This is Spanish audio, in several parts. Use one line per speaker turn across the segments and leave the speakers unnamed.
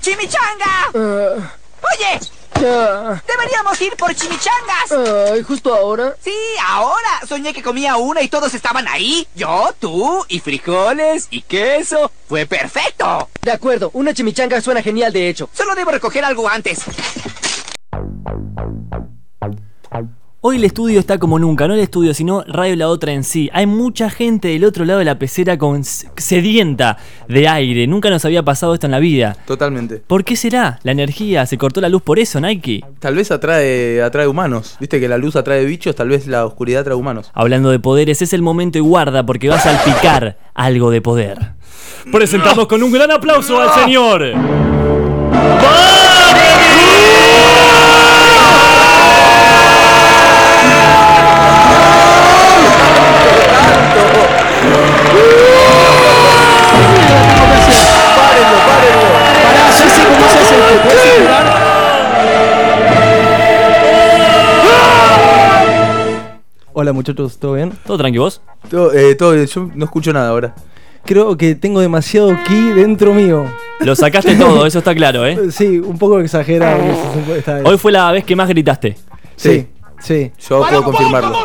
¡Chimichanga!
Ah,
¡Oye!
ya.
¡Deberíamos ir por chimichangas!
Ay, ah, justo ahora.
Sí, ahora. Soñé que comía una y todos estaban ahí. Yo, tú, y frijoles, y queso. ¡Fue perfecto!
De acuerdo, una chimichanga suena genial de hecho.
Solo debo recoger algo antes.
Hoy el estudio está como nunca, no el estudio, sino Radio La Otra en sí. Hay mucha gente del otro lado de la pecera con sedienta de aire. Nunca nos había pasado esto en la vida.
Totalmente.
¿Por qué será? La energía, se cortó la luz por eso, Nike.
Tal vez atrae, atrae humanos. Viste que la luz atrae bichos, tal vez la oscuridad atrae humanos.
Hablando de poderes, es el momento y guarda porque va a salpicar algo de poder. Presentamos con un gran aplauso al señor.
¡Párenlo, párenlo!
Pará, ya sé cómo se hace esto. ¿Puedes esperar?
Hola muchachos, ¿todo bien?
¿Todo tranquilo vos?
Todo, eh, todo- yo no escucho nada ahora.
Creo que tengo demasiado ki dentro mío.
Lo sacaste todo, eso está claro, ¿eh?
Sí, un poco exagerado. que se supo- esta vez.
Hoy fue la vez que más gritaste.
sí, sí.
Yo puedo confirmarlo.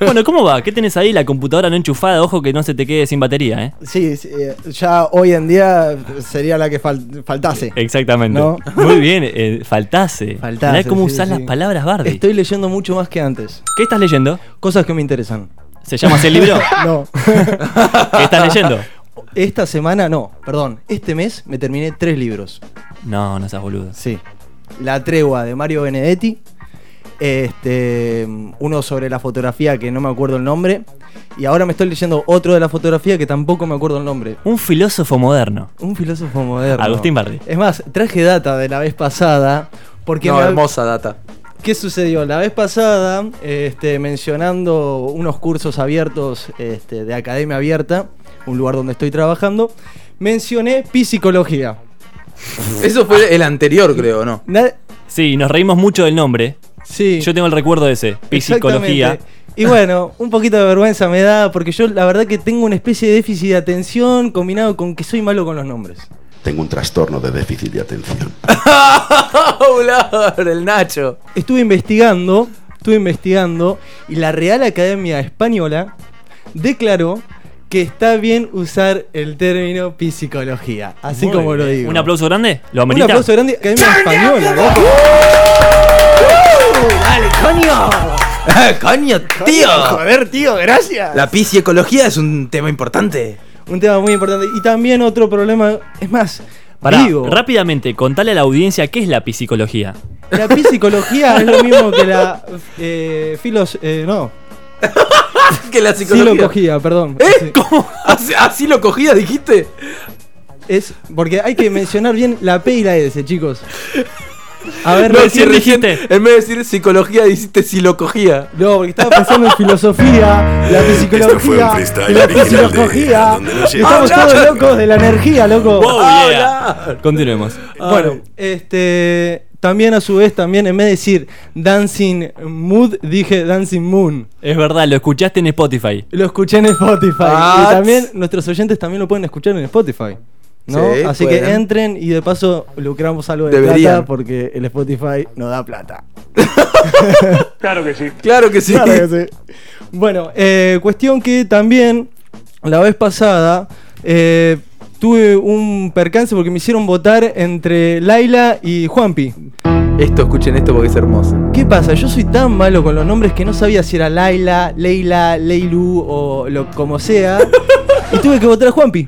Bueno, ¿cómo va? ¿Qué tenés ahí? La computadora no enchufada, ojo que no se te quede sin batería, ¿eh?
Sí, sí, eh, ya hoy en día sería la que fal- faltase.
Eh, Exactamente.
No.
Muy bien, eh, faltase.
Faltase,
Mirá cómo
sí,
usás
sí.
las palabras, Bardi.
Estoy leyendo mucho más que antes.
¿Qué estás leyendo?
Cosas que me interesan.
¿Se llama ese libro?
No.
¿Qué estás leyendo?
Esta semana, no, perdón. Este mes me terminé tres libros.
No, no seas boludo.
Sí. La tregua de Mario Benedetti. Este, uno sobre la fotografía que no me acuerdo el nombre. Y ahora me estoy leyendo otro de la fotografía que tampoco me acuerdo el nombre.
Un filósofo moderno.
Un filósofo moderno.
Agustín Bardi.
Es más, traje data de la vez pasada. Porque
No,
me-
hermosa data.
¿Qué sucedió? La vez pasada, este, mencionando unos cursos abiertos este, de Academia Abierta, un lugar donde estoy trabajando, mencioné psicología.
Eso fue el anterior, creo, ¿no?
Na-
Sí, nos reímos mucho del nombre.
sí.
Yo tengo el recuerdo de ese. Psicología.
Exactamente. Y bueno, un poquito de vergüenza me da porque yo la verdad que tengo una especie de déficit de atención combinado con que soy malo con los nombres.
Tengo un trastorno de déficit de atención.
¡Hola! Ah, El Nacho.
Estuve investigando, estuve investigando y la Real Academia Española declaró que está bien usar el término psicología, así
Muy
como lo
bien.
digo.
¿Un aplauso grande? ¿Lo
Un
amerita?
aplauso grande Academia Española. ¿no?
¡Coño, tío!
Joder, tío, gracias.
La psicología es un tema importante.
Un tema muy importante y también otro problema, es más,
Pará,
digo,
rápidamente, contale a la audiencia qué es la psicología.
La psicología es lo mismo que la eh, filos... eh, no,
Que la psicología.
silocogía, perdón. Sí.
¿Eh? ¿Cómo? ¿Así, así lo cogía, dijiste?
Es porque hay que mencionar bien la P y la S, chicos. A ver,
No,
recién
sí, recién-
dijiste.
En vez de decir psicología, dijiste silocogía.
No, porque estaba pensando en filosofía, la
Esto fue un
psicología,
freestyle
y la
original de-
psicología.
donde no
y estamos
llega.
todos locos de la energía, loco.
Wow,
Ah,
yeah. Continuemos.
Bueno, este. También a su vez, también en vez de decir Dancing Mood, dije Dancing Moon.
Es verdad, lo escuchaste en Spotify.
Lo escuché en Spotify.
Ah,
y también nuestros oyentes también lo pueden escuchar en Spotify. ¿no?
Sí,
Así
pueden.
que entren y de paso lucramos algo de
Deberían.
plata porque el Spotify no da plata.
Claro que sí.
Claro que sí. Bueno, eh, cuestión que también la vez pasada eh, tuve un percance porque me hicieron votar entre Laila y Juanpi.
Esto, escuchen esto porque es hermoso.
¿Qué pasa? Yo soy tan malo con los nombres que no sabía si era Laila, Leila, Leilu o lo como sea. y tuve que votar a Juanpi.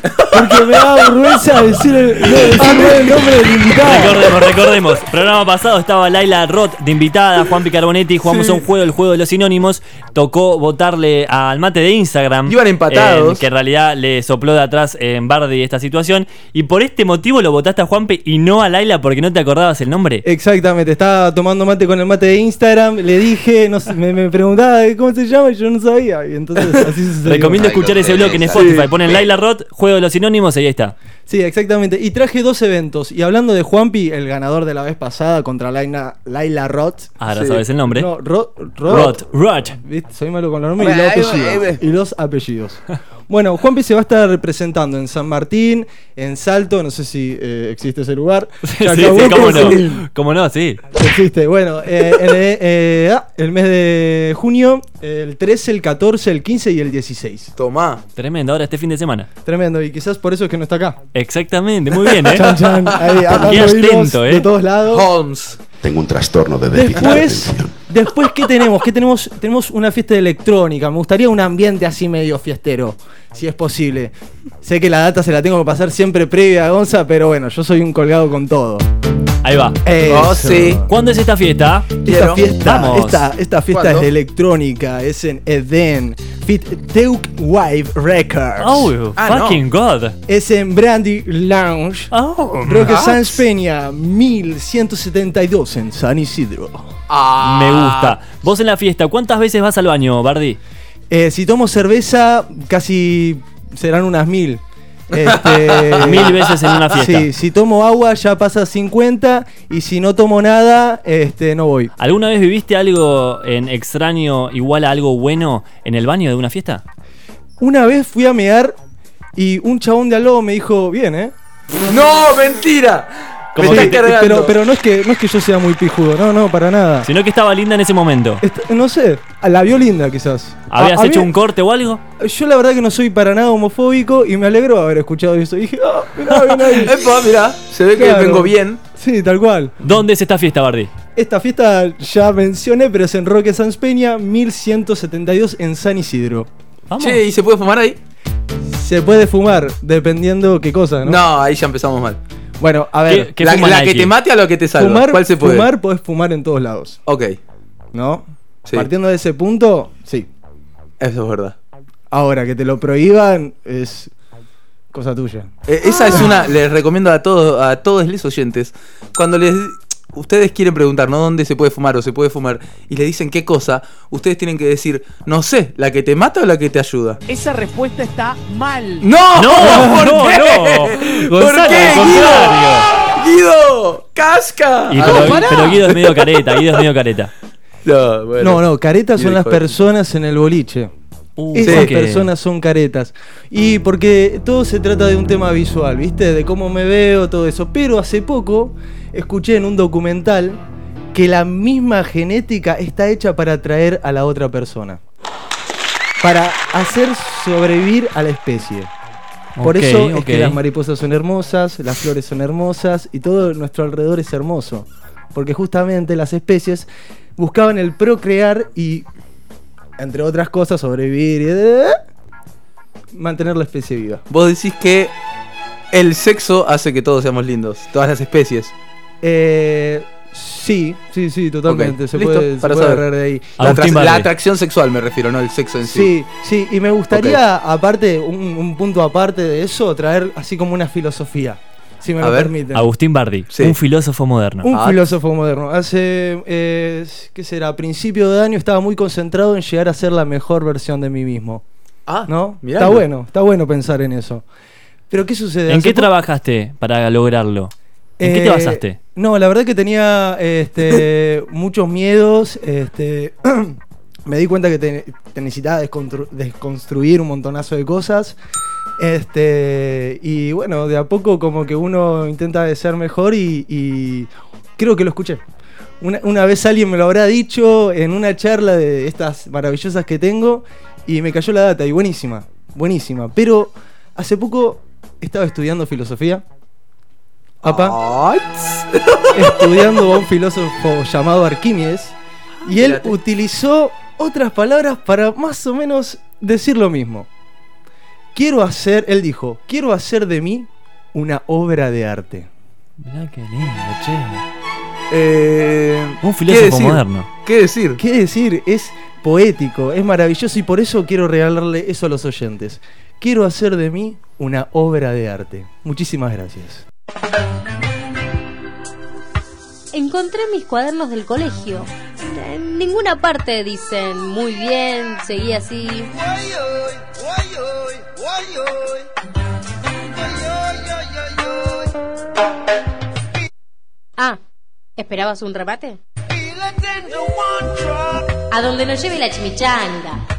Porque me da vergüenza decir el, no, decir el nombre del invitado.
Recordemos, recordemos. Programa pasado estaba Laila Roth de invitada, Juan Picarbonetti, jugamos a un juego, el juego de los sinónimos. Tocó votarle al mate de Instagram.
Iban empatados.
eh, que en realidad le sopló de atrás en Bardi esta situación. Y por este motivo lo votaste a Juanpe y no a Laila porque no te acordabas el nombre.
Exactamente, estaba tomando mate con el mate de Instagram, le dije, no sé, me, me preguntaba "Eh, cómo se llama y yo no sabía. Y entonces así sucedió.
Recomiendo
Ay,
escuchar
no
ese
sé,
blog en
sí.
Spotify. Ponen Laila Roth, juego de los sinónimos y ahí está.
Sí, exactamente. Y traje dos eventos. Y hablando de Juanpi, el ganador de la vez pasada contra Laila, Laila Roth.
Ahora Ah,
Sí.
sabes el nombre.
No, Ro- Roth.
Roth, Roth.
¿Viste? Soy malo con los nombres y los apellidos. Y los apellidos. Bueno, Juanpi se va a estar representando en San Martín, en Salto, no sé si eh, existe ese lugar.
Sí, sí,
Chacabuco,
cómo
sí.
no. Cómo no, sí.
Existe, bueno, eh, en, eh, eh, ah, el mes de junio, el 13, el 14, el 15 y el 16.
Tomá.
Tremendo, ahora este fin de semana.
Tremendo, y quizás por eso es que no está acá.
Exactamente, muy bien, ¿eh?
Chan, chan, ahí, atando hilos
atento, eh.
De todos lados.
Holmes.
Tengo un trastorno de déficit de
Después,
atención.
después ¿qué tenemos? ¿Qué tenemos? Tenemos una fiesta de electrónica. Me gustaría un ambiente así medio fiestero, si es posible. Sé que la data se la tengo que pasar siempre previa a Gonza, pero bueno, yo soy un colgado con todo.
Ahí va.
Oh,
Eso.
sí.
¿Cuándo es esta fiesta?
Esta
Quiero.
fiesta,
Vamos.
esta, esta fiesta
¿Cuándo?
es de electrónica, es en Eden, Fit Teuk Wave Records.
Oh,
Ah, no.
fucking god.
Es en Brandy Lounge.
Oh.
Roque Sanz Peña, 1172 en San Isidro.
Ah.
Me gusta. Vos en la fiesta, ¿cuántas veces vas al baño, Bardi?
Eh, si tomo cerveza, casi serán unas mil. Este,
Mil veces en una fiesta.
Sí, si tomo agua ya pasa 50 y si no tomo nada, este, no voy.
¿Alguna vez viviste algo en extraño igual a algo bueno en el baño de una fiesta?
Una vez fui a mear y un chabón de al lado me dijo, bien, ¿eh?
No, mentira. Me
Sí,
está cargando.
pero pero no, es que, no es que yo sea muy pijudo, no, no, para nada.
Sino que estaba linda en ese momento.
Est- no sé, la vio linda quizás.
¿Habías
A- a
hecho
mí-
un corte o algo?
Yo la verdad que no soy para nada homofóbico y me alegro de haber escuchado eso. dije, ah, mirá, bien ahí".
Epa, mira, se ve que
Claro.
vengo bien.
Sí, tal cual.
¿Dónde es esta fiesta, Bardi?
Esta fiesta ya mencioné, pero es en Roque Sanz Peña, 1172 en San Isidro.
Vamos.
Che, ¿y se puede fumar ahí?
Se puede fumar, dependiendo qué cosa,
No,
¿no?
ahí ya empezamos mal.
Bueno, a
¿Qué-
ver.
qué
la
fuman
la
ahí,
que
Ki?
te mate a lo que te salva.
Fumar,
¿Cuál se puede?
fumar, podés fumar en todos lados,
Ok,
¿no?
Sí.
Partiendo de ese punto, sí.
eso es verdad.
Ahora, que te lo prohíban es cosa tuya.
Eh, esa
Ah.
es una, les recomiendo a todos, a todos los oyentes, cuando les ustedes quieren preguntar, ¿no? ¿Dónde se puede fumar o se puede fumar? Y le dicen qué cosa, ustedes tienen que decir, no sé, la que te mata o la que te ayuda.
Esa respuesta está mal.
¡No!
No,
¿Por
no,
qué?
no. Gonzalo,
¿Por qué,
al
Guido? ¡Guido! ¡Casca!
Ah,
Ah,
Y pero, pero Guido es medio careta, Guido es medio careta.
No, bueno.
no, no, caretas
Guido,
son las
hijo de-
personas en el boliche.
Uh,
Esas
¿por qué?
personas son caretas. Y porque todo se trata de un tema visual, ¿viste? De cómo me veo, todo eso. Pero hace poco escuché en un documental que la misma genética está hecha para atraer a la otra persona. Para hacer sobrevivir a la especie. Por
Ok,
eso es
ok.
que las mariposas son hermosas, las flores son hermosas y todo nuestro alrededor es hermoso. Porque justamente las especies buscaban el procrear y, entre otras cosas, sobrevivir y eh, mantener la especie viva.
Vos decís que el sexo hace que todos seamos lindos, todas las especies.
Eh, sí, sí, sí, totalmente.
Ok,
Se
listo,
puede, se
para
puede
saber.
agarrar de ahí.
La,
Agustín
atrac-
Barri.
la atracción sexual me refiero, no el sexo en sí.
Sí, sí, y me gustaría, aparte, un, un punto aparte de eso, traer así como una filosofía, si me
A
lo
ver.
permiten.
Agustín Bardi,
Sí.
un filósofo moderno.
Un
Ah.
filósofo moderno. Hace, eh, ¿qué será? A principio de año estaba muy concentrado en llegar a ser la mejor versión de mí mismo.
Ah,
¿No?
mirá.
Está bueno, está bueno pensar en eso. Pero ¿qué sucede?
¿En
Hace
qué
po-
trabajaste para lograrlo? ¿En qué te
Eh,
basaste?
No, la verdad que tenía este, muchos miedos. Este, me di cuenta que te, te necesitaba descontru- desconstruir un montonazo de cosas. Este, y bueno, de a poco como que uno intenta de ser mejor y, y creo que lo escuché. Una, una vez alguien me lo habrá dicho en una charla de estas maravillosas que tengo y me cayó la data y buenísima, buenísima. Pero hace poco estaba estudiando filosofía. Apa
Ay,
estudiando a un filósofo llamado Arquímedes y él
Espérate.
utilizó otras palabras para más o menos decir lo mismo. Quiero hacer, él dijo, quiero hacer de mí una obra de arte.
Mirá qué lindo, che.
eh,
Un
¿Qué
filósofo
decir?
moderno.
¿Qué decir?
¿Qué decir? Es poético, es maravilloso y por eso quiero regalarle eso a los oyentes. Quiero hacer de mí una obra de arte. Muchísimas gracias.
Encontré mis cuadernos del colegio. En ninguna parte dicen muy bien, seguí así. Ah, ¿esperabas un remate? A donde nos lleve la chimichanga.